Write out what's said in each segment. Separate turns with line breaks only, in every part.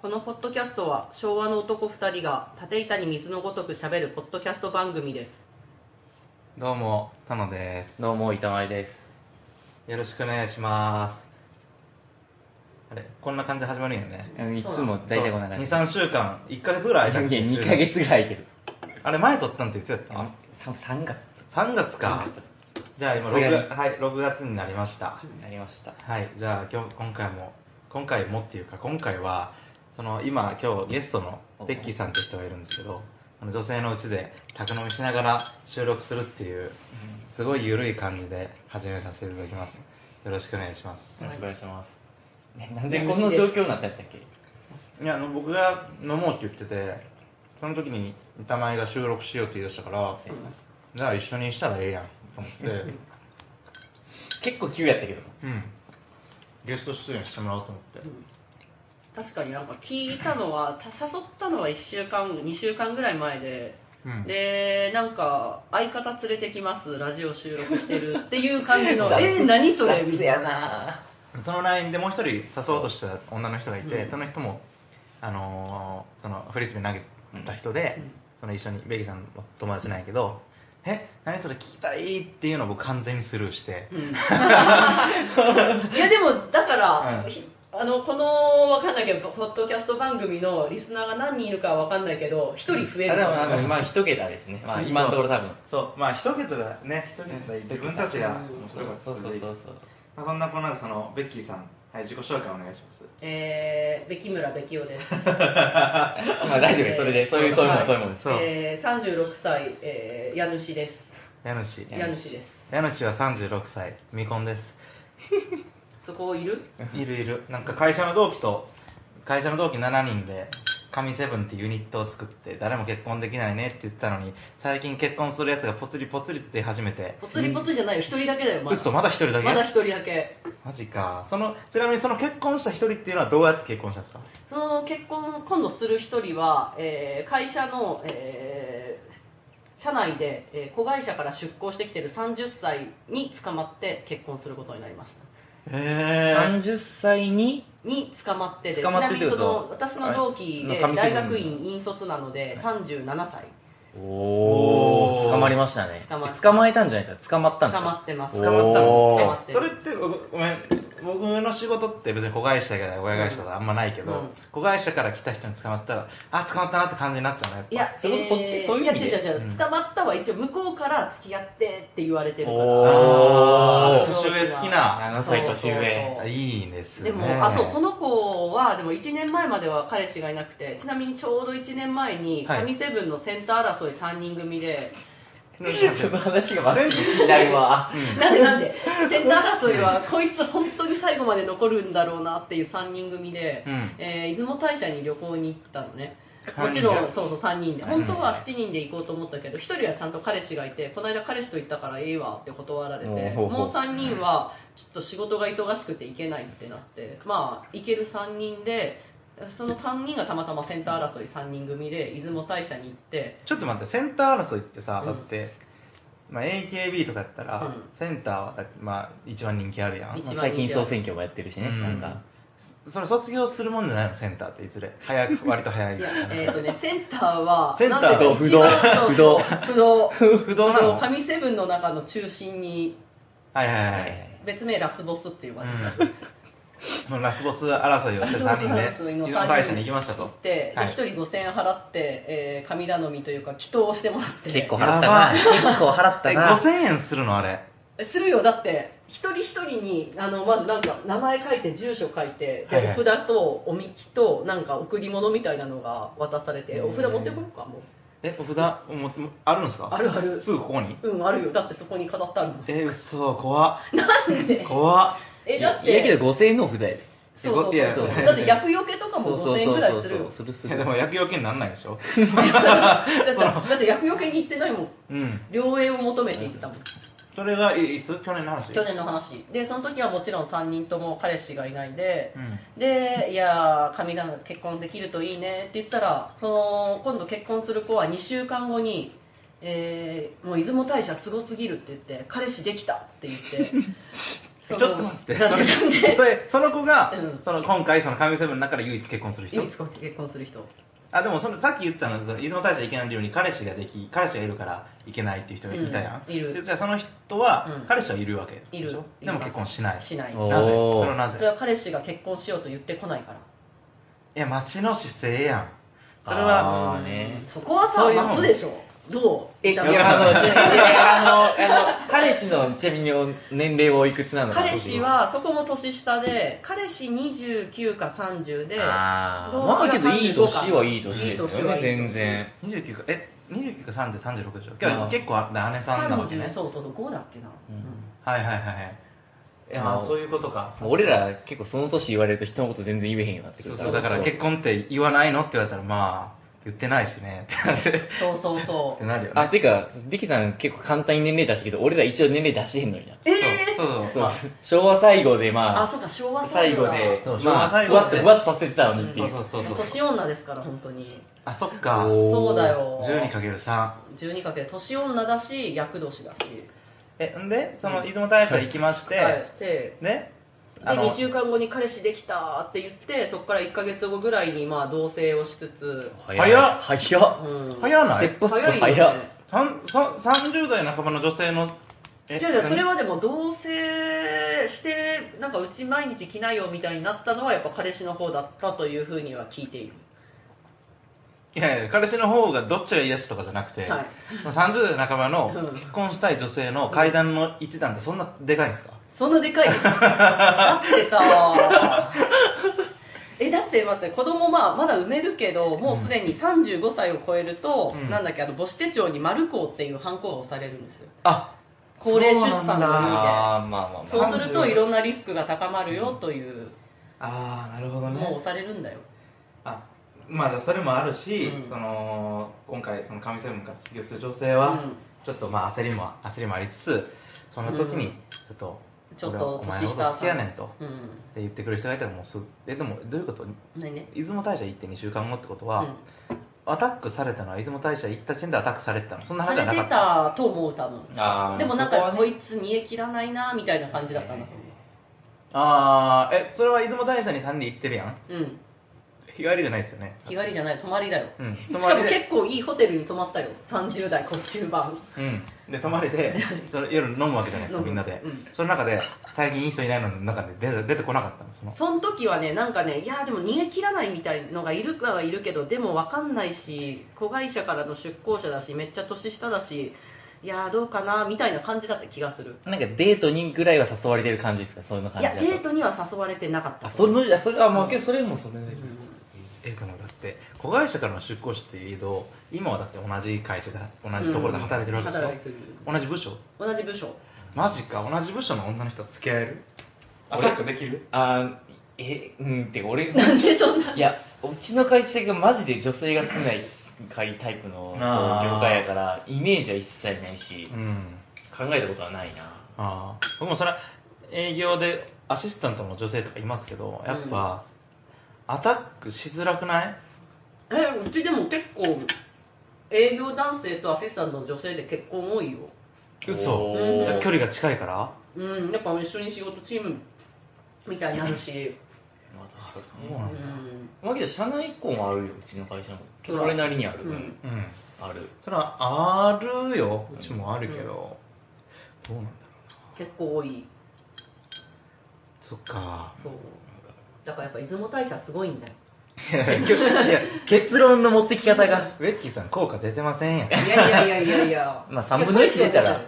このポッドキャストは昭和の男2人が縦板に水のごとく喋るポッドキャスト番組です
どうも、たので
どうも板前です
す。よろしくお願いします。あれ、こんな感じで始まるんよね。
いつも大体こんな感じ
そう2、3週間、1ヶ月ぐらい空いたっけ
2ヶ月ぐらい空いてる
あれ、前撮ったんっていつやったの
多分3月
?3 月か。じゃあ今
それが
6、はい、6月になりました。
になりました
はい、じゃあ今日、今回も、今回もっていうか、今回は、その今、今日ゲストのベッキーさんって人がいるんですけど、あの女性のうちで宅飲みしながら収録するっていう、すごい緩い感じで始めさせていただきます。よろしくお願いします。
よろしくお願いしますねなんでこんな状況になったんやったっけ
いや、あの僕が飲もうって言ってて、その時に板前が収録しようって言い出したから、じゃあ一緒にしたらええやんと思 って、
結構急やったけど
うん、ゲスト出演してもらおうと思って。
確かになんか聞いたのはた誘ったのは1週間2週間ぐらい前で、
うん
でなんか相方連れてきますラジオ収録してるっていう感 じの
雑
えー、何それみ
雑
たいな
やな
その LINE でもう一人誘おうとした女の人がいて、その人も、あのーそのフリスビー投げた人で、
うん
その一緒にベギさんの友達なんやけど「え何それ聞きたい?」っていうのを僕完全にスルーして
うんいやでもだから、
うん
ひあのこのわかんないけどポッドキャスト番組のリスナーが何人いるかはわかんないけど1人増え
あ
る
でもあのまあ一桁ですねまあ今のところ多分
そうまあ一桁だね一桁で自分たちが面白かった
そうそうそうそう
まあそんなこんなでそのベッキーさん、はい、自己紹介お願いします
えー、べきむらべきおです
まあ大丈夫ですそれでそういうそういうも んそういうもんです
そう
えー、36歳、えー、家主です
家主
家主です
家主は36歳未婚です
そこいる
いるいるなんか会社の同期と会社の同期7人で神セブンっていうユニットを作って誰も結婚できないねって言ってたのに最近結婚するやつがポツリポツリって始めて
ぽつりぽつりじゃないよ一人だけだよまだ
嘘まだ一人だけ
まだ一人だけ
マジかそのちなみにその結婚した一人っていうのはどうやって結婚したんですか
その結婚今度する一人は、えー、会社の、えー、社内で、えー、子会社から出向してきてる30歳に捕まって結婚することになりました
へ
30歳に
に捕まってで
捕まってる
ちなみにその
ってこと
私の同期で
あれの神
大
セブ
学
ン
院引率なので37歳
お
お
お
ー
捕まりましたね
捕まった
捕まえたんじゃないですか捕まっ
捕
たんですか
まってます
お
ー捕まったの
捕まって
そ
る
れって僕ごめん僕の仕事って別に子会社が親会社とかあんまないけど、
うん
子会社から来た人に捕まったらあ捕まったなって感じになっちゃうねやっぱ
いや、
それこそそっちそういう意味で
や違う違う違う、
うん
捕まったは一応向こうから付き合ってって言われてるから
おー
年上好きな
7歳年上
そうそう
あ
そう
いいですね
でも、あそうその子はでも1年前までは彼氏がいなくてちなみにちょうど1年前に
はい
神セブンのセンター争い3人組で、
その話がまず気になるわ。
なんでなんでセンター争いはこいつ本当に最後まで残るんだろうなっていう3人組で、
うん
えー出雲大社に旅行に行ったのね
三
もち
人で
ろんそうそう3人で
うん
本当は7人で行こうと思ったけど1人はちゃんと彼氏がいてこの間彼氏と行ったからええわって断られて
おうほうほう
もう3人はちょっと仕事が忙しくて行けないってなってまあ行ける3人でその3人がたまたまセンター争い3人組で出雲大社に行って
ちょっと待ってセンター争いってさ、
うん
だって、まあ、AKB とかやったら、
うん
センターはだって、まあ、一番人気あるやん
一番人気
最近総選挙もやってるしね、
うん
なんか。
それ卒業するもんじゃないのセンターっていず れ早く割と早い
いやえっ、 とねセンターは
センター
なんていうの
不
一
動
番そうそう不動
不動なの
神セブンの中の中心に
はいはいはい、
はい
別名ラスボスって呼ばれてる、
うん、ラスボス争いをして3人で
ラスボス争いの三人
出雲大社に行きましたと
行って、で
はい
1人5000円払って、えー神頼みというか祈祷をしてもらって
結構払ったな。結構払った
え
な。
5000円するのあれ
するよだって一人一人にあのまずなんか名前書いて住所書いて、で
はいはい
お札とおみきとなんか贈り物みたいなのが渡されて
うん
お札持ってこようかも
えお札ももあるんですか
あるある
すぐここに
ううんあるよだってそこに飾ってある の
え嘘怖っ
なんで
怖っ
えだっ
い
て
やけど5000円のお札やで。
そうそう
いや
そう
いや
だって厄除けとか
そ
も
う
5000
そう
円
そ
ぐ
う
らい
そう。
するよ
するす
い
る
やでも厄除けになんないでしょ
だってだって厄除けに行ってないもん
うん
良縁を求めて行ったもん
それがいいつ去年の話
去年の話でその時はもちろん3人とも彼氏がいないで、
うん
で「いやー神が結婚できるといいね」って言ったらその今度結婚する子は2週間後に 「えーもう出雲大社すごすぎる」って言って「彼氏できた」って言って
ちょ
そ
っ
の
と待って
なんでなんで
それその子が、
うん
その今回その神セブンの中で唯一結婚する人
いつ結婚する人
あでもそのさっき言ったのはその出雲大社行けない理由に彼氏ができ彼氏がいるから行けないっていう人がいたやん、
うんいる
でじゃあその人は、
うん
彼氏はいるわけ
いる
でしょ
い
でも
ます
結婚しない
しない
お
なぜ
ー
それはな
それ
ぜ
は彼氏が結婚しようと言ってこないから
いや町の姿勢やんそれ
あ
は
ーね
そこはさ
そういうもん
松でしょどうえ
いや、あの、ちなみに、いやあの、あの、彼氏の、ちなみに年齢はおいくつなのか
彼氏、はそこも年下で彼氏29か30で
あー
同期
ま
が
あけど、いい年はいい年
い
ですよ
い年は
ね、
いい年
全然。
29かえ29か30、36でしょ今日
あー
結構あ姉さんなわけね
30そうそうそう5だっけな、
うん
はいはいはいはいいやま
あ
あ
ー
そういうことか
もう俺ら、結構その年言われると人のこと全然言えへんようになってく
そ
る
う
か
そ
ら。
うだから結婚って言わないのって言われたらまあ言ってないしね ってなって
そうそうそ
なるよね
あ、てか、ビキさん結構簡単に年齢出したけど、俺ら一応年齢出してへんのにな。
うえ
そうそうそう
そう
まあ
昭和最後で、ま
あ
あ、
そうか昭和
最後で
そう、昭
ま
和
あ、
最
ふ
後で
わっとふわっとさせてたのにってい
そう
う。
そうそうそう
年女ですから本当に
あそっか
おー
そうだよ
12×3
12かける年女だし厄年だし
えんでその出雲大社行きまして、
はいで
ね
で
あの
2週間後に彼氏できたって言ってそこから1か月後ぐらいにまあ同棲をしつつ、
早っ
早っ早っ
うん、
早
ス
な
テ
い
ップアップ
早い
早
よ
っ
ね
さんさ30代半ばの女性のえ
違う違うそれ
は
はでも同棲してなんかうち毎日来ないよみたいになったのはやっぱ彼氏の方だったというふうには聞いている
いやいや彼氏の方がどっちが癒しとかじゃなくて、
はい
30代半ばの
うん
結婚したい女性の階段の一段ってそんなでかいんですか、
そんなでかいだ ってさえだって待って子供まあまだ産めるけどもうすでに35歳を超えると、
うん
なんだっけあの母子手帳に丸子っていうハンコが押されるんですよ
あ
高齢出産の
そうなんだ
意
あー、まあまあま
味で
あ。
そうするといろんなリスクが高まるよという、
ああなるほど
もう押されるんだよ
あまあじゃあそれもあるし、
うん
その今回その神セブンから卒業する女性は、
うん
ちょっとまあ焦りも焦りもありつつそんな時にちょっと、
ちょっ
俺は
と
お前
年
のこと
下
好きやねんと、
うん
って言ってくる人がいたらもうすぐえでもどういうこと
何ね
出雲大社行って2週間後ってこと
う
は、
ん
アタックされたのは出雲大社行った時点でアタックされてたのそんな
さ
話
れ
はなか
て
っ
た
た
と思う多分
あー
でもなん
そこ
か
はね
こいつ煮え切らないなみたいな感じだったんだと思
ああえそれは出雲大社に3人行ってるやん
ううん
日帰りじゃないですよね
日帰りじゃない泊まりだよ、
うん
し
泊
か
ま
も
りで
結構いいホテルに泊まったよ30代こう中盤
うんで泊まれ てその夜飲むわけじゃないですかみんなで、
うん
その中で最近いい人いないのの中で出て出てこなかったのその
その時はねなんかねいやでも逃げ切らないみたいのがいるかはいるけどでも分かんないし子会社からの出向者だしめっちゃ年下だしいやーどうかなみたいな感じだった気がする
なんかデートにぐらいは誘われてる感じですかそういうの
い
感じ
や
だと。
デートには誘われてなかった
あ、それの、あそれは、まあ、けどそれもそれで。
えでもだって子会社からの出向者っていえど今はだって同じ会社で同じところで働いてるわけでしょ
働いてる、
同じ部署
同じ部署
マジか同じ部署の女の人と付き合えるアタックできる
あー、え、うん、てか俺、い
なんでそんな
や、うちの会社がマジで女性が少ない会タイプのそう
あー
業界やから、イメージは一切ないし、
うん
考えたことはないな。
ああ僕もそれは営業でアシスタントの女性とかいますけどやっぱ、アタックしづらくない
えうちでも結構営業男性とアシスタントの女性で結婚多いよ
嘘
お
う
ー
ん
距離が近いから
うんやっぱ一緒に仕事チームみたいになるし
まあ、確かに
そう
ね
な
うん
だ
ん、
まあけど、社内婚はあるよ、うちの会社の。
うん
それなりにある。
うん
うん
うん
ある。
それはあるようちもあるけど、どうなんだろ
結構多いう
そっか
そうだからやっぱ出雲大社すごいんだよ
いやいや
結論の持ってき方が。
ウェッキーさん効果出てませんやん
いやいやいやいやいや
まあ3分の1出たら
彼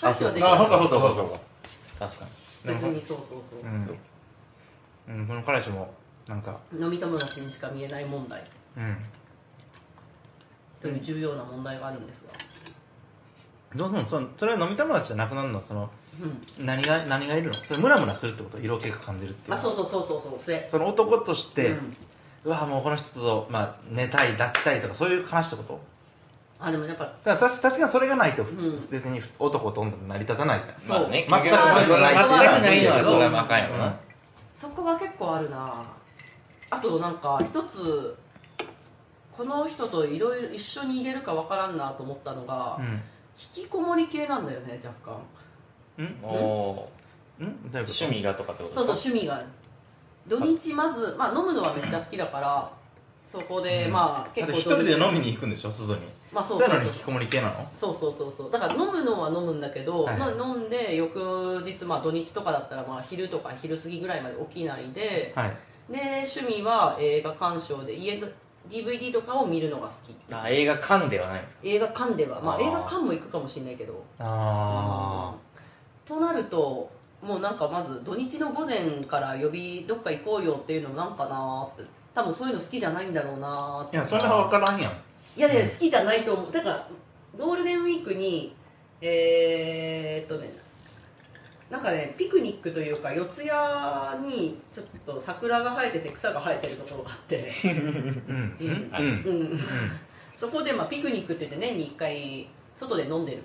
彼氏はでき
あ
な
そ
いう
かそうかそうか
うか。確かに。
別にそうそう
う
そ
ん
そう
うん、この彼氏もなんか
う、飲み友達にしか見えない問題
うん
という重要な問題があるんですが
どうすんのそのそれは飲み友達じゃなくなるのその
うん
何が何がいるのそれムラムラするってこと色気が感じるっていうの
あ
は
そうそうそうそうそうそれ
その男として、う
うん
わもうこの人と、まあ、寝たい抱きたいとかそういう話ってこと
あでもやっぱ
だからさ確かにそれがないと、
ん
別に男と女と成り立たないから
そう
まあね、
全く
結局
それ
全
は
く
ない
ないのは
うん
それはあかんよな。
そこは結構あるなあとなんか一つこの人といろいろ一緒にいれるかわからんなと思ったのが、
うん、
引きこもり系なんだよね若干
うん、ん
お
どういうこと
趣味がとかってこと
そうそう
う
趣味が土日まず、まあ、飲むのはめっちゃ好きだからそこで、
うん
まあ
だ
結
って
構
一人で飲みに行くんでしょ外に
まあそう
そ
そうう
な
そう
のに引きこもり系なの
そうそうそうそうだから飲むのは飲むんだけど、
はいはい
の飲んで翌日、まあ、土日とかだったら、まあ、昼とか昼過ぎぐらいまで起きないで、
はい
で趣味は映画鑑賞で家の DVD とかを見るのが好き
あ映画館ではないんですか
映画館では、ま
あ
あ、
ー
映画館も行くかもしれないけど
あ
となるともうなんかまず土日の午前から呼びどっか行こうよっていうのもなんかなーって多分そういうの好きじゃないんだろうなーっ
あ
て
いやそれは分からんやん
いやいや好きじゃないと思うだからゴールデンウィークにえー、っとねなんかねピクニックというか四谷にちょっと桜が生えてて草が生えてるところがあって、
うんう
うんん
う
うんん、そこで、まあ、ピクニックって言って年に1回外で飲んでるのね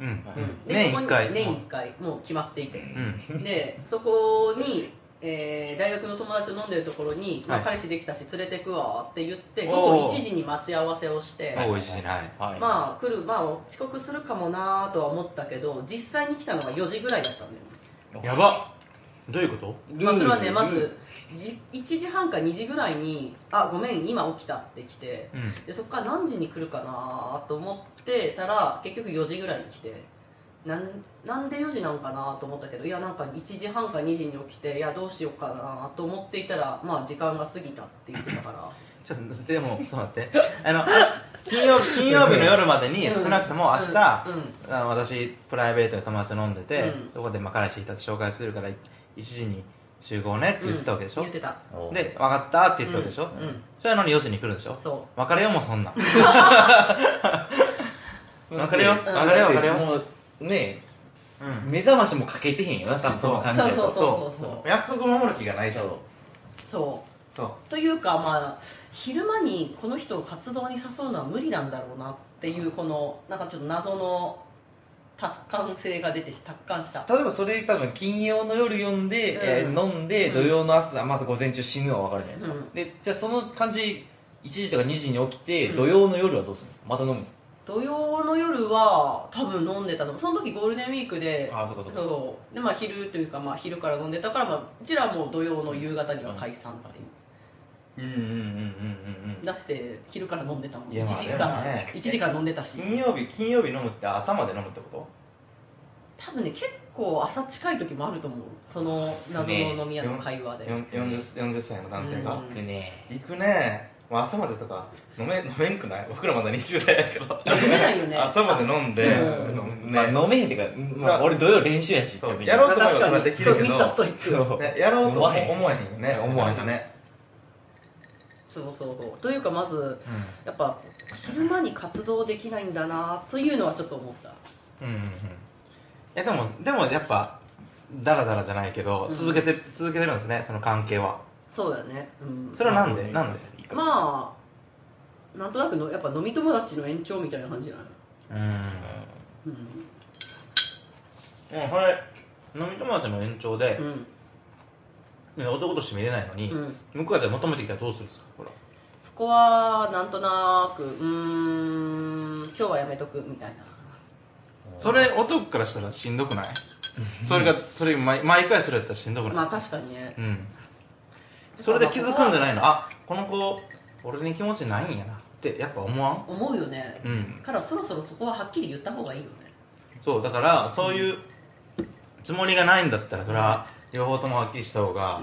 うんうん
は
う
い
んで
年
そこに
一回
年1回もう決まっていて、
うん
でそこに、えー大学の友達と飲んでるところに、まあ
はい
彼氏できたし連れてくわって言って
おー
午後1時に待ち合わせをして、
はい多いしねはい
はい
まあ来る、まあ、遅刻するかもなとは思ったけど実際に来たのが4時ぐらいだったんだよね
やばどういうこと
ル
まあ、
ー
そ
ズ
れはねま
ルーズ
ずじ1時半か2時ぐらいに「あごめん今起きた」って来て
うん
でそこから何時に来るかなと思ってたら結局4時ぐらいに来てなんなんで4時なんかなと思ったけどいやなんか1時半か2時に起きていやどうしようかなと思っていたらまあ時間が過ぎたって言ってたから。
ちょっとでもちょっと待ってあの金曜 金曜日の夜までに
うん
少なくとも明日、
うん
あ私プライベートで友達と飲んでて、
うん
そこでまあ彼氏いたって紹介するから1時に集合ねって 言ってたわけでしょ、
うん言ってた
お
で分かったって言ったわけでしょ、
うんうん
それなのに4時に来るんでしょ
そ
別れようもうそんな
だっ
分
て
かれよう
だっ
分か
て
れよう分かれよ
もうね
う、うん
目覚ましもかけてへんよな多分その感じだと
そうそうそうそう
約束守る気がないでしょ
うそう
そ
というかまあ昼間にこの人を活動に誘うのは無理なんだろうなっていうこのなんかちょっと謎の達観性が出てし達観した
例えばそれ多分金曜の夜読んで、
うん
えー飲んで
うん
土曜の朝、まず午前中死ぬは分かるじゃないですか、
うん
でじゃあその感じ1時とか2時に起きて、
うん
土曜の夜はどうするんですかまた飲むんですか
土曜の夜は多分飲んでたと思うその時ゴールデンウィークで
あそうかそうか
そうでまあ昼というかまあ昼から飲んでたから、まあ、うちらはもう土曜の夕方には解散っていう、
ううんうんうんうんうんうん
だって昼から飲んでたもん
いや
1
まあ
時から、
でもね
1時から飲んでたし
金曜日金曜日飲むって朝まで飲むってこと
多分ね結構朝近い時もあると思うその謎の飲み屋の会話で、
よん40 40歳の男性が、
うん
僕ね
行くねもう朝までとか飲め飲めんくない僕らまだ20代やけど
飲めないよね
朝まで飲んで、
うん
飲むね
まあ、飲めへんっていうか、まあ、俺土曜練習やし
そう
逆に
やろうと思えばそれはできる
確
け
かにそうミスターストイ
ど
ック
そう
ねやろうとも思
思
えへんよね
思わへん
なんかね、
そうそうそうというかまずやっぱ昼間に活動できないんだなというのはちょっと思った
うんうんうんうんえでもでもやっぱダラダラじゃないけど
うん
続けて、続けてるんですねその関係は
そうだよねうん
それはなんで、
まあ
なんで
まあなんとなくのやっぱ飲み友達の延長みたいな感じじゃない、
うん
うん
もうこれ飲み友達の延長で
う、ん、
ね男として見れないのに、
うん
向こうがじゃあ求めてきたらどうするんですかほら
そこはなんとなくうーん今日はやめとくみたいな
それ男からしたらしんどくないそれがそれ毎毎回それやったらしんどくない、
まあ確かにね
うんそれで気づくんじゃないのあこの子俺に気持ちないんやなってやっぱ思わん
思うよね
う、ん
からそろそろそこははっきり言った方がいいよね
そうだからそういうつもりがないんだったらそれは両方ともはっきりした方が、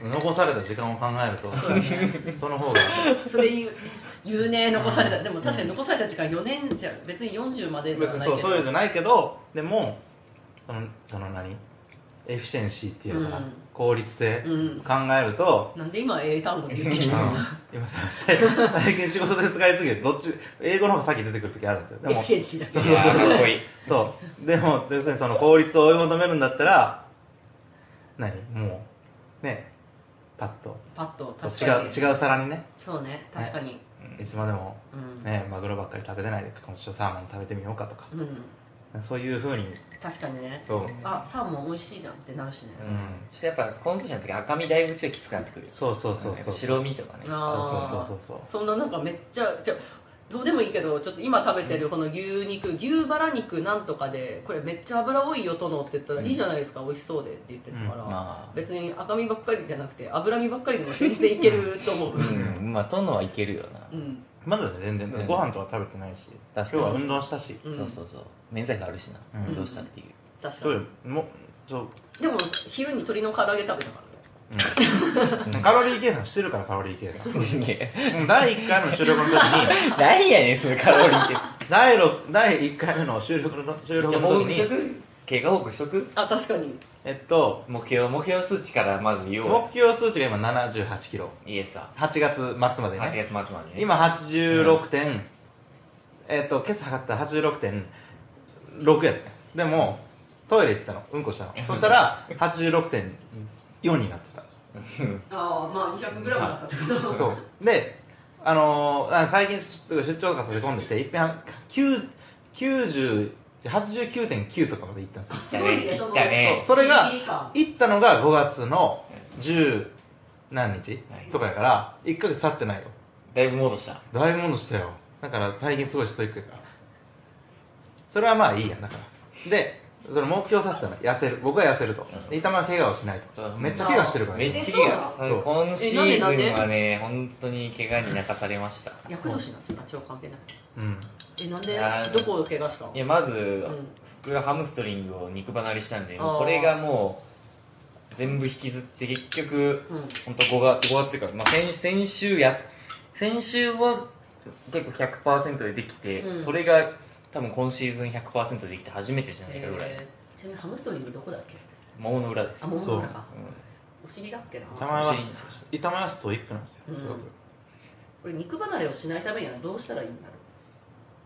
残された時間を考えると
そうだね
その方が
うん、それ言う言うね残されたでも確かに残された時間4年じゃ別に40までで
別
は
に
ないけ
そ
ど
うそういうのじゃないけどでもそのその何エフィシェンシーっていうのかな、
うん
効率性、
うん
考えると、
なんで今英単語で言ってきたの
今最近最近仕事で使いすぎてどっち英語の方が先出てくる時あるんですよで
エ
も
クシェンシーだけ
そう
い
そう
や
そう
ーかっこいい
そうでも要するにその効率を追い求めるんだったら何もうねパッと
パッと
そう違
う
う違う皿にね
そうね確かに、
いつまでも、
うん
ね、マグロばっかり食べてないで今週サーモン食べてみようかとか、
うん
そういうふうに
確かにね
そう
あサーモン美味しいじゃんってなるしね、
うんちょっとやっぱコントじゃなくて赤身だいぶちょっときつくなってくるよ
そうそうそうそう
白身とかね
あー
そうそうそう
そんななんかめっちゃじゃどうでもいいけどちょっと今食べてるこの牛肉牛バラ肉なんとかでこれめっちゃ油多いよ殿って言ったら、
うん
いいじゃないですか美味しそうでって言ってたから、
うん
まあ
別に赤身ばっかりじゃなくて脂身ばっかりでも全然いけると思う、
うん、まあ、トンノはいけるよな
う。ん
まだね全然、
うん
ご飯とか食べてないし
確か
今
に
日は運動したし、
うん
そうそうそう。免罪符あるしな。
うん
どうしたっていう。
確か
そう
に
よも そう、
でも昼に鶏の唐揚げ食べたからね
うん、カロリー計算してるからカロリー計算
いや
うん第1回の収録の時 に
何やねん、そのカロリーって。
第六第1回目の収録の収録
じゃあ、
の時
報告しと
に
く経過報告しとく
あ確かに
えっと
目標、目標数値からまず言おうよ
目。標数値が今7 8キロ
イエスさ。
8月末までね
8月末までね。
今86点、えっと今朝測った86.6やったでもトイレ行ったのうんこしたのそしたら86.4になってた
うん、
ああまあ 200g だったってこと
そうであのーあ最近すごい出張とか立て込んでていっぺん9 90 89.9とかまで行ったんですよ
あすごいね
行
そ
っ
の
たね
それが
ギリギリ感
行ったのが5月の10何日
はい
とかやから1ヶ月経ってないよ
だいぶ戻した。
だいぶ戻したよだから最近すごいストイックやからそれはまあいいやんだからでその目標立ってたの痩せる僕は痩せるとで痛まない怪我をしない
そう
とめっちゃ怪我してるから
め
ね
っちゃ
え
怪
そう
我。今シー
え
ズン
なんでな
はね、本当に怪我に泣かされました。
厄年なんですよあ違う関係ない
うん
えなん
い
で
やー
どこを怪我したの
いや、まず、
ん
僕がハムストリングを肉離れしたんで、
あー
これがもう、全部引きずって、結局、
うん
本当5月、5月っていうか、まあ、先先週や、先週は結構100%でできて、
うん
それが多分今シーズン100%できて初めてじゃないかぐらい、
えーちなみにハムストリングどこだっけ
桃の裏です。
あももの裏か
う
お
ん
尻だっけな
痛まないは痛まないはストイックなんですよすご
うん
く
これ肉離れをしないためにはどうしたらいいんだろうそれ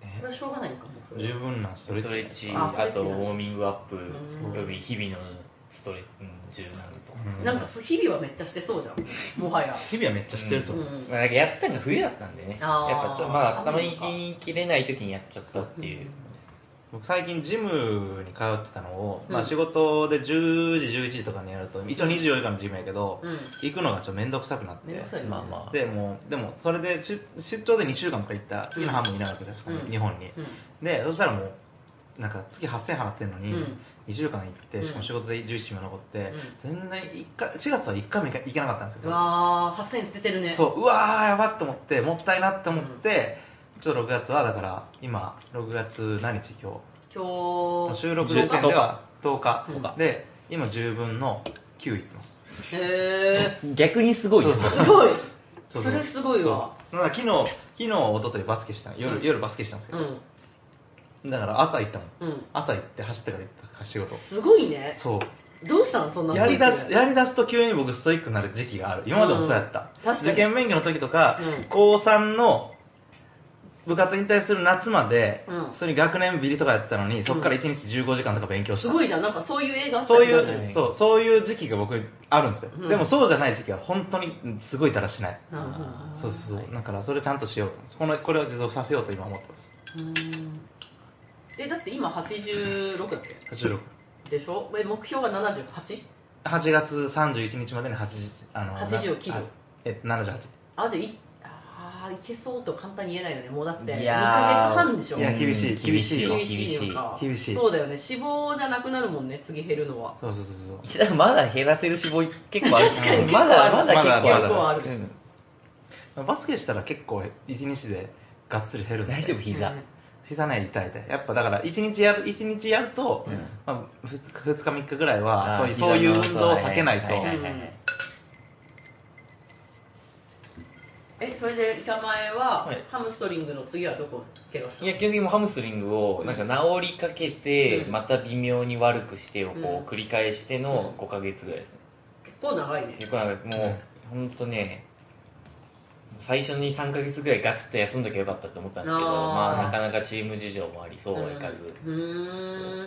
え
はしょうがないのかもそれ
十分なストレ
ストレ
ッ
ッ
チ
チ、
あ
あ
ストレッチ
とウ
なんだ
ォーミングアップ、
うん
および日々のストレッチ、うん柔軟とか、
うん
なんかそう日々はめっちゃしてそうじゃんもはや
日々はめっちゃしてると
う
思う、
ん
まあ、なんかやったんが冬だったんでね、やっ
あー
ぱちょっとまだ頭
寒いの
に
か
切れない時にやっちゃったっていう、
僕最近ジムに通ってたのを、
う
まあ、
ん
仕事で10時11時とかにやると一応24時間のジムやけど、
うん
行くのがちょっと面倒くさくなって
めんどくさいよね
まあまあ
でもうでもそれで出出張で2週間とか行った次の半分いないわけですから、
うん
日本に、
うん
でそしたらもうなんか月8000払ってんのに、
うん
2週間行っ
うん
てしかも仕事で11時まで残って、全然一回4月は1回も行けなかったんですよ
うわー8000捨ててるね
そううわーやばっと思ってもったいなって思って、ちょっと6月はだから今6月何日今
今
日
日
収録時
へ
点では10日
10日
で今10分の9いってます
え
逆にすごいよ、
そうそう
すごい
そう
それすごいわ
そうだから昨日昨日一昨日バスケしたの夜,、
うん
夜バスケしたんですけ
う
ど、
ん
だから朝行ったもん
うん
朝行って走ってから行ったから仕事
すごいね
そう
どうしたのそんな
やりだ
出
すやりだすと急に僕ストイックになる時期がある今までもそうやった、
うん確かに
受験勉強の時とか、
うん
高3の部活引退する夏まで、
うん
普通に学年ビリとかやってたのにそこから1日15時間とか勉強した、
すごいじゃんなんかそういう映画あった
そう
気
い
がする
うそうそういう時期が僕あるんですよ、
うん
でもそうじゃない時期は本当にすごいだらしない、
なるほど
そうそうそう、だからそれちゃんとしようと思ってこのこれを持続させようと今思って ます
うーんえだって今86だっ
86
けでしょえ目標が 78?
8月31日までに80あの
80を切る
あえっと78
あじゃあいあーいけそうと簡単に言えないよねもうだって2ヶ月
いやー
半でしょ
いや厳しい厳しい
よ
わ
厳しいのか
厳しい
そうだよね脂肪じゃなくなるもんね次減るのは
そうそうそうそう
いやまだ減らせる脂肪結構ある
確かに
まだまだ
ま
結
だま
構あ
だ
る
結構ある
うん
バスケしたら結構一日でがっつり減るんで
大丈夫膝、
うん
膝ね痛い痛いやっぱだから一日やる一日やると、
うん
まあ、2, 日2日3日ぐらいは
あ
そうい
ー
うそういう
膝の
運動を避けないと、
はいはいはいはい
えそれで板前は、
はい
ハムストリングの次はどこ怪我した
い
の
や基本的にもうハムストリングをなんか治りかけて、
うん
また微妙に悪くしてをこ
うん
う繰り返しての5ヶ月ぐらいですね、
結構長いね
結構なんかもう本当ね最初に3ヶ月ぐらいガツッと休んどきゃよかったと思ったんですけど
あー
まあなかなかチーム事情もありそうはいかず、
うんう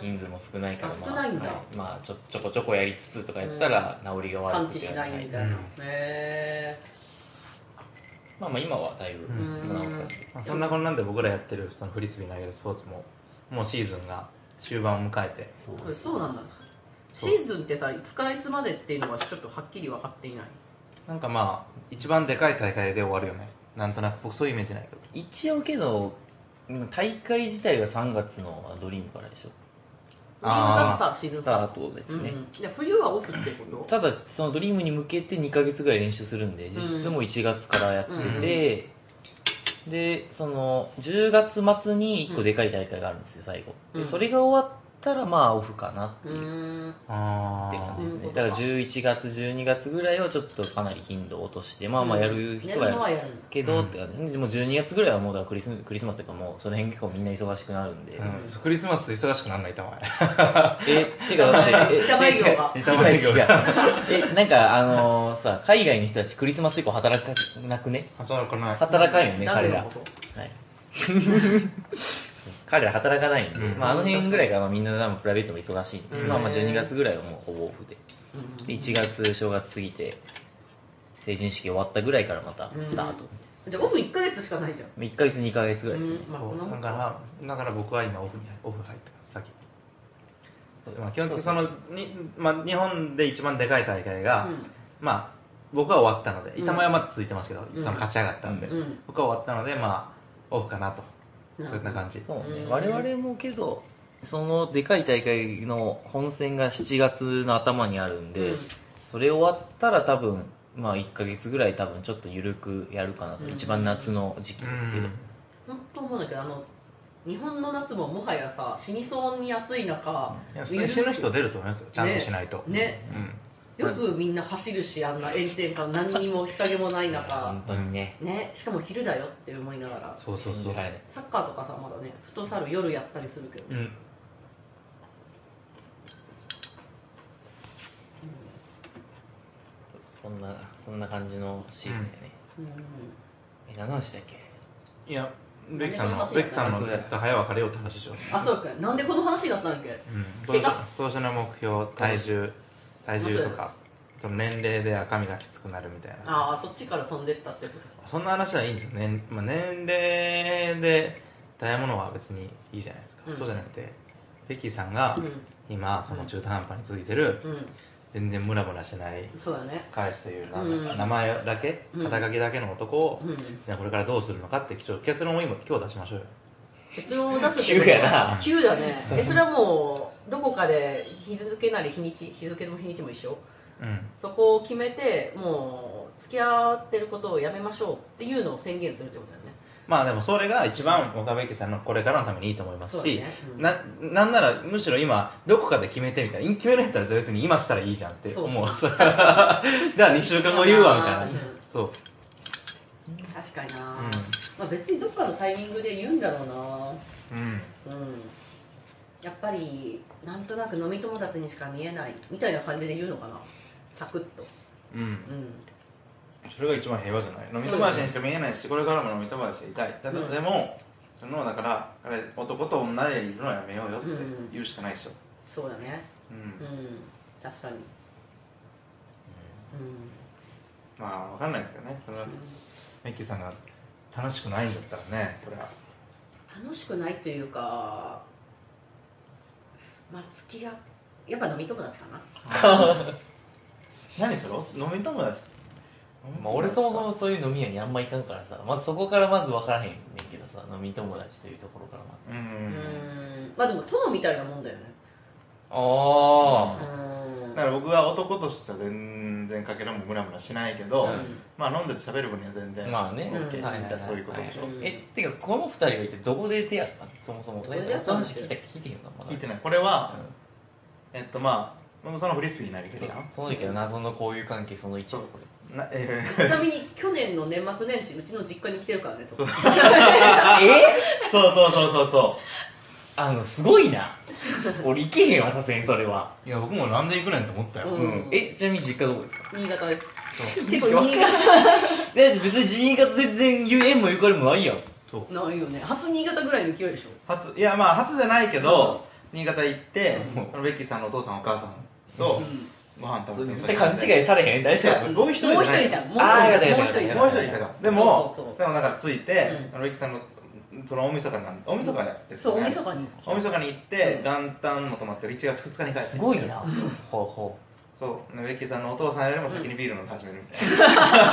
ーん
人数も少ないから、
あ
まあ
少ないんだ
はいまあ、ちょちょこちょこやりつつとかやってたら治りが
完
悪く
治
て
しないみたいな、
うん
へ
まあまあ今はだいぶ
う
治
ん
ったんで、
まあそんなこんなんで僕らやってるそのフリスビー投げるスポーツももうシーズンが終盤を迎えて
えこれそうなんだシ
そう
ーズンってさいつからいつまでっていうのはちょっとはっきり分かっていない
なんかまあ一番でかい大会で終わるよねなんとなく僕そういうイメージないけど
一応けどうん大会自体は3月のドリームからでしょ
ウィングがスターシーズン
スタートです
うんう
ね、
ん、じゃあ冬はオフってこと
ただそのドリームに向けて2ヶ月ぐらい練習するんで実質もう1月からやってて、でその10月末に1個でかい大会があるんですよ最後
うん
でそれが終わったらまあオフかなって
う
いう、っ
ーん
あ
て
あ
感じですね
うん
だから11月12月ぐらいはちょっとかなり頻度を落としてまあまあやる人
や
は
るのは
やる
やる
けどって感じでもう12月ぐらいはもうだからクリスクリスマスというかもうその辺結構みんな忙しくなるんで、
うん、クリスマス忙しくなんないたまえ
え、てかだって、え、
板前業が
違
板前
う違う
業
違う え、なんかあのーさ、海外の人たちクリスマス以降働かなくね
働かない
働かんよね、
誰
彼
の
ら。
こ
は
と
い。 彼ら働かないんで、
うん
まああの辺ぐらいがまあみんな多分プライベートも忙しいんで、
うん
まあまあ12月ぐらいはもうほぼオフで。
うん
で、1月、正月過ぎて、成人式終わったぐらいからまたスタート。
じゃあオフ1ヶ月しかないじゃん
1ヶ月、2ヶ月ぐらいですね。
うんまあこんな
そう
も
だ
ん
からだから僕は今オフにオフ入ってます先
そう
まあ、基本的に
そ
そうのに、まあ、日本で一番でかい大会が、
うん
まあ、僕は終わったので
うん
板前はまだ続いてますけど、
うん
その勝ち上がったんで、
うん
僕は終わったので、まあ、オフかなと
なるほ
そ
ど
んな感じ
そうね、
うん
我々もけど、そのでかい大会の本戦が7月の頭にあるんで、
うん
それ終わったら多分、まあ1ヶ月ぐらい多分ちょっと緩くやるかなと、
うん
一番夏の時期
う
ですけど、
ん
本当思うんだけどあの日本の夏ももはやさ死にそうに暑い中
いや普通に死ぬ人出ると思いますよちゃんとしないと、
ねよくみんな走るしあんな炎天下何にも日陰もない中
本当にね、
ねしかも昼だよって思いなが
う
ら
ん、そうそう
信
そう
じられない
サッカーとかさまだねフットサル夜やったりするけど、
うん
そんな、そんな感じのシーズンやね。
うん
え、何の話だっけ
いやベキさんの
何で
ベキさんの言った早別れようって話でしょ、
あそうかなんでこの話だったんだっけ
うん、
怪
今
我
年の目標体重体重とかその年齢で赤身がきつくなるみたいな
ああそっちから飛んでったってこ
そんな話はいいんですよ、年まあ、年齢で大ものは別にいいじゃないですか、
うん
そうじゃなくてベッキーさんが
うん
今その中途半端に続いてる、
とうん
全然ムラムラしない
そうだね
彼氏というなんだか
うん
名前だけ、
うん
肩書きだけの男を、
うん
じゃあこれからどうするのかって結論を今今日出しましょうよ
結論を出すって
急やな
急だねえそれはもうどこかで日付なり日にち日付も日にちも一緒
うん
そこを決めてもう付き合ってることをやめましょうっていうのを宣言するってことだよね
まあでもそれが一番岡部家さんのこれからのためにいいと思います
そう
し、
だねうん
ななんならむしろ今どこかで決めてみたいな決めるんやったら別に今したらいいじゃんって思う それはじゃあ2週間後言うわみたいな、
うん
そう
確かにな、
うん
まあ、別にどっかのタイミングで言うんだろう
うん
なうんやっぱりなんとなく飲み友達にしか見えないみたいな感じで言うのかなサクッと
うん
うん
それが一番平和じゃない飲み友達にしか見えないしこれからも飲み友達でいたいだ
うん
でもそのだからあれ男と女でいるのはやめようよって
うん
言うしかないでしょ、
そうだね
うん
うん確かにうん
まあ分かんないですけどねそれはメッキーさんが楽しくないんだったらねそれは
楽しくないというかまあ付き合やっぱ飲み友達かな
何それ飲み友達
まあ、俺そもそもそういう飲み屋にあんま行かんからさ、まずそこからまず分からへんねんけどさ、飲み友達というところからまず。
うん、
うーんまあでも友みたいなもんだよねう
ああ、
ん
だから僕は男としては全然かけらもムラムラしないけ
う
ど、
ん
まあ飲んでて喋る分には全然
まあね、
うん
OK みたいな、
は
そういうことでしょ、
はは
うん
え、てか、この二人は一体どこで出会ったのそもそも。
どこ
なん
で出
か
会った
そ
ん
の
だっ
話
け
聞いた聞いてへんのまだ。
聞いてないこれは、えっとまあ僕そのフリスビーになり
うん
き
そ
り
う
な
その時の謎の交友関係その1
そう
こ
な え
ちなみに去年の年末年始うちの実家に来てるからねと
れ。え
ー そうそうそうそうそ
あの、すごいな。 俺行けへんわ、さすがにそれは。
ういや僕もなんで行くねんと思ったよ、
う
うんん。え、ちなみに実家どこですか
新潟です
そう
結構新潟
だって別に新潟全然遊園もゆかりもないやん。
そう
ないよね初新潟ぐらいの勢いでしょ
初いやまあ初じゃないけど、新潟行って、
うん
そのベッキーさんのお父さんお母さんとご飯食べて、
絶対勘違いされへん大丈夫
僕一人じゃ
もう一
な
人
い
いたもう
あーやだ
一人
や
も
だ
う一人い
や
た
もう一人いた
だ
からでも
そうそうそう
でもだから着いて、
うん
あのリキさんのその大晦日なん大晦日です
そう
よ
大
ね
晦日に
大晦日に行って、
うん
元旦も泊まって1月2日に帰って
すごいな。ほうほ
そう、ベッキーさんのお父さんよりも先にビール飲み始めるみたい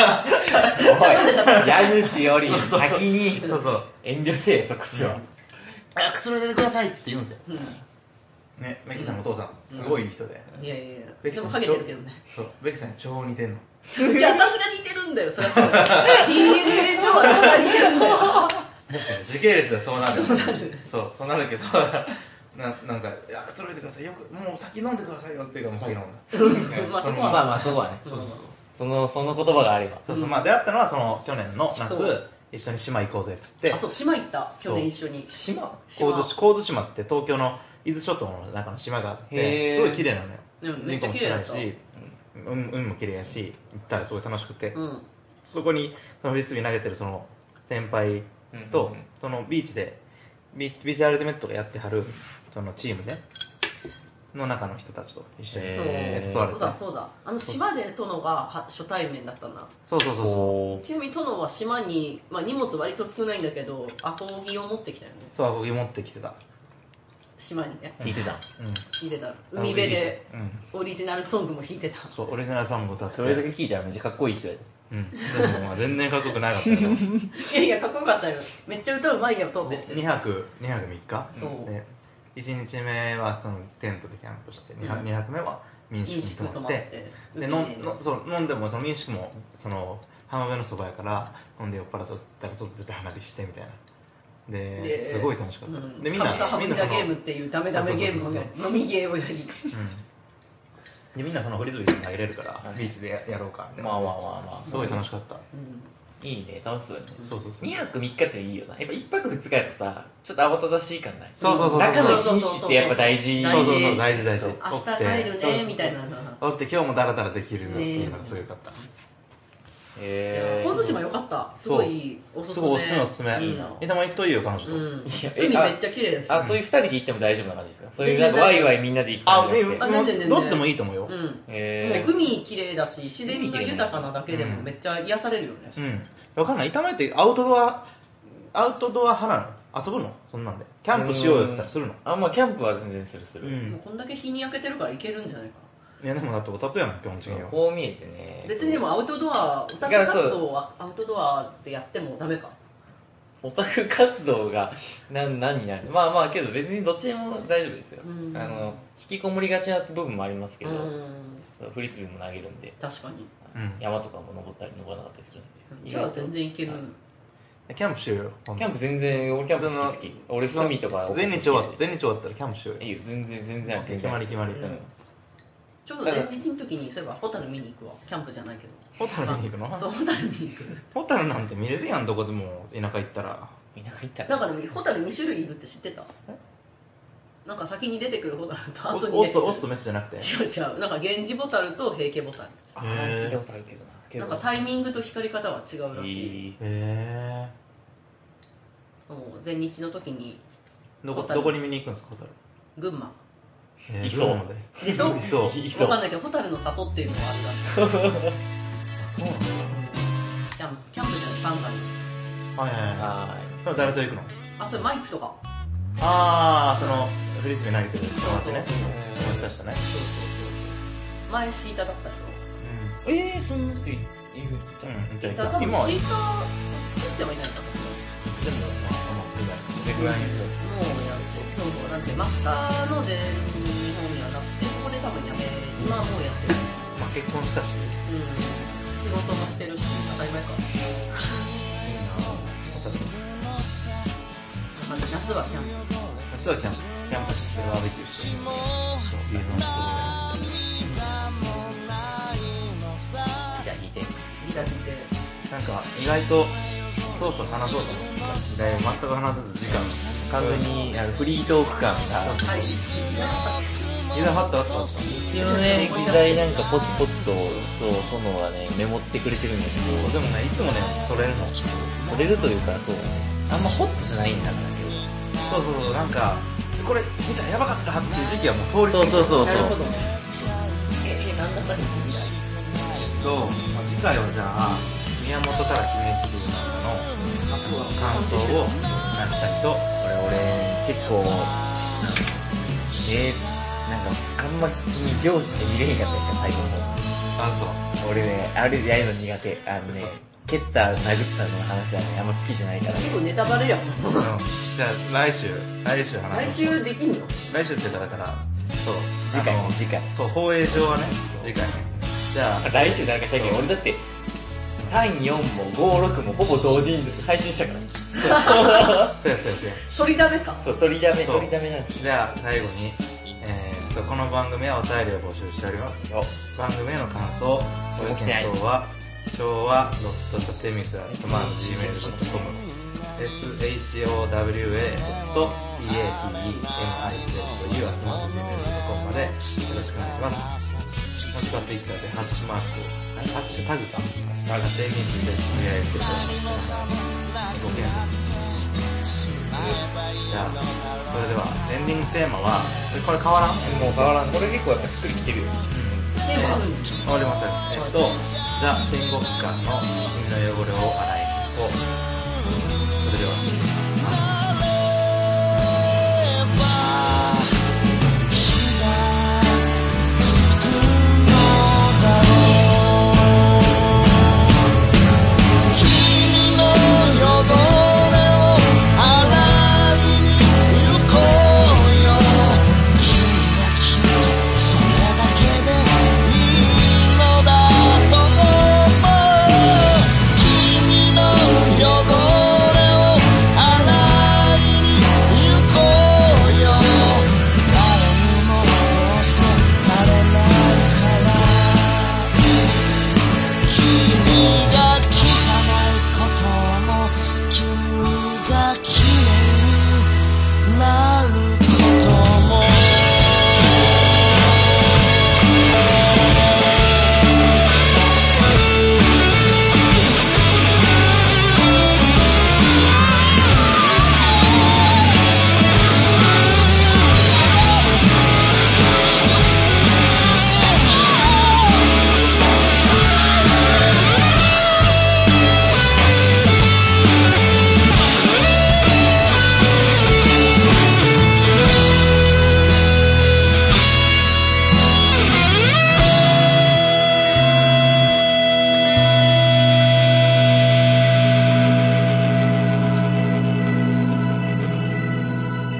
おい、家主より先に
な。そうそう。
遠慮せえ、そこしは。
早くそれでくださいって言うんですよ。
う
ね、ベッキーさんのお父さん、すごいいい人で。
ん、いやいやい
ベ
や
ッキ
で
ー
も
さん
ハゲてるけどね
超そう、ベッキーさんに超似てんの。
うち私が似てるんだよそりゃそうだよ DNA 上私が似てるんだよ
確かに時系列はそうなるそうそうそうなるけど ななんか「いやくつろいでくださいよくもう先飲んでくださいよ」っていうかもう先飲んだ
んまあ
その
そこ
ま
は
ま
ま
あまあ、そこはね。
そうそうそう
その、その言葉があれば。
そうそうまあ出会ったのはその去年の夏
そう
一緒に島行こうぜっつって
あそう島行った去年一緒に
島
島
神津神津島って東京の伊豆諸島の中の島があっ
へ
て
ー
すごい綺麗なのよ
うんめ
人
っ
口
ちゃ
も
綺
少
麗だっ
ない
た
しうん海も綺麗やし行ったらすごい楽しくて、
うん
そこにそのフリスビー投げてるその先輩と、
うんうんうん
そのビーチでビビーチアルティメットがやってはるそのチームでの中の人たちと一緒に
そう
へー
座れ
そう
て
だそうだあの島で殿がは初対面だったんだ
そうそうそうそう
こ
ちなみに殿は島に、まあ、荷物割と少ないんだけどアコギを持ってきたよね
そうアコギ持ってきてた、
島にね
う、聞いてた。
うん、
入れた海辺で
アコギうん
オリジナルソングも弾いてた
そうオリジナルソング歌って
それだけ聞いたらめっちゃかっこいい人やで。
うん、でもまあ全然かっこよくなかったけど2
いやいやかっこよかったよめっちゃ歌うまいやと思って
泊2泊3日
そう
で1日目はそのテントでキャンプして 2, 泊
うん
二泊目は民宿
民
に
宿
泊
泊
ま
ま
っ
ってて
で飲んのそう飲んでもその民宿もその浜辺のそばやから飲んで酔っ払ったら外出て花火してみたいなですごい楽しかった、
うん
でみんな
カムサハ
み
ム
ん
ニ
な
ダ
そ
ゲ
の
ームっていうダメダメゲームをね飲みゲーをやり
うん、でみんなそのフリズビー投げれるからビーチでややろうかみたいな、
まあまあまあます
ごい楽しかった、
うん
あ。いいね、楽しそうやね。
そうそうそう
2泊3日っていいよな。やっぱ1泊2日やとさ、ちょっと慌ただしい感ない。
そうそうそうそう
中の1日ってやっぱ大事。
そうそう
大
そ
事
う大事大事
明日帰るねみたいな
おって今日もダラダラできるっていうの
ね
がすごいよかった
へ
神津
ー。
島良かったすごいおす
す
す
ご
め
いおすすめおすすめ
うん
三田も行くといいよ彼女と、
うん
いやえ
海
あ
めっちゃ綺麗だし
あ、そういう2人で行っても大丈夫な感じですかそういうなんかワイワイみんなで行く
あ
感
も
じじゃな
う
くて。
あ全然全然
どっちでもいいと思うよ、
うん
へ
もう
ー。
海綺麗だし自然が豊かなだけでもめっちゃ癒されるよね
うん。わかんない。炒めってアウトドア、アウトドア派なの遊ぶのそんなんで。キャンプしようよって言ったらするの
あ、まあキャンプは全然するす
う。
る。
もうんこんだけ日に焼けてるからいけるんじゃないか
いや、でもだっておたとやもん、基本的には。
こう見えてね
な別にでもアウトドアお宅活動はアウトドアでやってもダメか
オタク活動が何何になるまあまあけど別にどっちでも大丈夫ですよ、
うん
あの引きこもりがちな部分もありますけ
う
ど、
ん
フリスビーも投げるんで
確かに
うん。
山とかも登ったり登らなかったりするんで
じゃあ全然
意
いける
はい
キャンプしようよ。
外
今度
とキャンプ全然俺キャンプ好き好き俺
その
隅とかお子さん
全
好
日
きで
終わった、全日終わったらキャンプしようよ。
いいよ全然全然
決まり決まり。
う
うんん
ちょうど前日の時にそういえばホタル見に行くわキャンプじゃないけど
ホタル見に行く
あそう
の
ホタル見に行 く
ホタルなんて見れるやん、どこでも。田舎行ったら。
田舎行ったら
なんかでもホタル2種類いるって知ってたなんか先に出てくるホタルと
オ
後
ス
に
オ
出て
ス
く
と
る
オスとメスじゃなくて。
違う違うなんか源氏ボタルと平家ボタ
あー
へー
聞いたことあるけどな
ル
け
な
ど
んかタイミングと光り方は違うらしい
いい
へ
もう前日の時に
ー。どこ、
ホタル
どこに見に行くんですか、ホタル。
群馬
へー
いそう
群馬まで。
でしょ
い そう。
いそ
わ
う
かんないけどホタルの里っていうのがあるらしい
そう
キャンプキャンプじゃないバンガリー
なんだ。はいはいはい。
は
それ誰と行くの
あそれマイクとか
ああそのフリスビー投げてる人
そうそう
ね思い出したね
前シータだったでしょ
いえー、そんな人いる
うんじゃあ
だから多分
今は
シ
いい
ータを作ってはいないんだと思
でもまあまあぐらい
どれぐらいの人
うもうやってそうそうなんてマスターの全日本にはなってそこで多分やめ今はもうやってる
まあ結婚したしいいな
うん仕事もしてるし当たり前か
ぁ
なんか夏はキャンプ
夏はキャンプキャンプしてバーベキューしてそういうのして
じゃあ聞いて
ギター弾いて
なんか意外と当初話そうと思った時代を全く話せず時間
完全にあのフリートーク感が
はい
いざはったあったあった
うちのね議題なんかポツポツとそう殿はねメモってくれてるんだ
そうでもねいつもねそれるの
けどそれるというかそうあんまホットじゃないんだな
そうそうそうなんかこれ見たらやばかったっていう時期はもう通り
そうそうそう
な
そう
るほどええなんだったっけみたい
と、まあ、次回はじゃあ宮本から記念するのの感想をなしたりと
これ俺結構えーなんか、あんまに漁師で見れへんかったんや最後の方。
あ、
俺ね、あれでやるの苦手。あのね
嘘、
蹴った、殴ったの話はね、あんま好きじゃないから。
結構ネタバレや も
そう。うんんじゃあ、来週、来週話
来
そう
週できんの
来週って言ったらだから、そう。
次回ね
あの
次回
そう、放映上はね、次回ね。じゃあ、
来週なんかしたけど、俺だって、3、4も5、6もほぼ同時に配信した から。
そうやそうやそうや。
取りだめか
そう、取りだめ、
そう
取りだめなんです
じゃあ、最後に、えーっと、この番組はお便りを募集しております。
よ。
番組への感想、ご意見等は、昭和ドットテミスアットマーク Gmail.com、showa.temitsu アットマーク Gmail.com までよろしくお願いします。もしくは Twitter でハッシュマーク、あハッシュタグか、ハッシュタグテミスでつぶやいてください。ご検討じゃあ、それでは、エンディングテーマは、これ変わらん
もう変わらん。これ結構やっぱしっくりきてるよ。
テーマあるんだ
変わりません。えっと、ザ・天国館の君の汚れを洗いに行こう。それでは。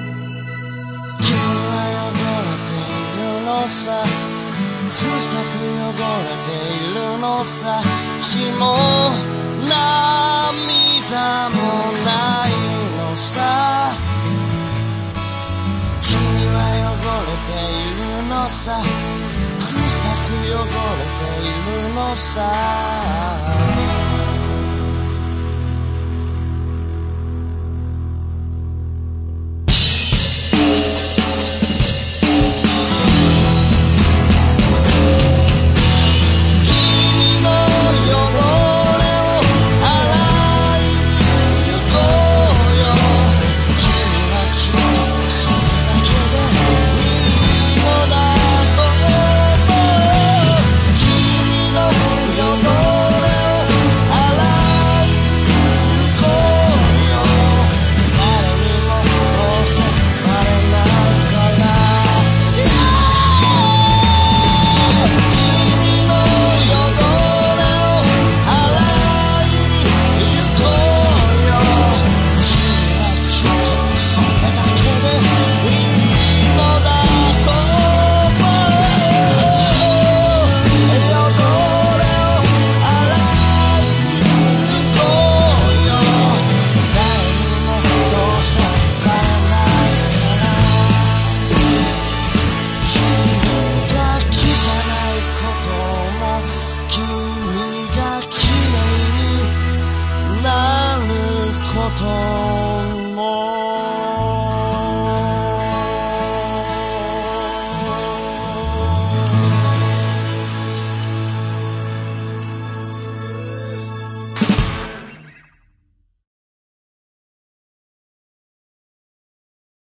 君は汚れているのさ臭く汚れているのさ血も涙もないのさ君は汚れているのさ臭く汚れているのさ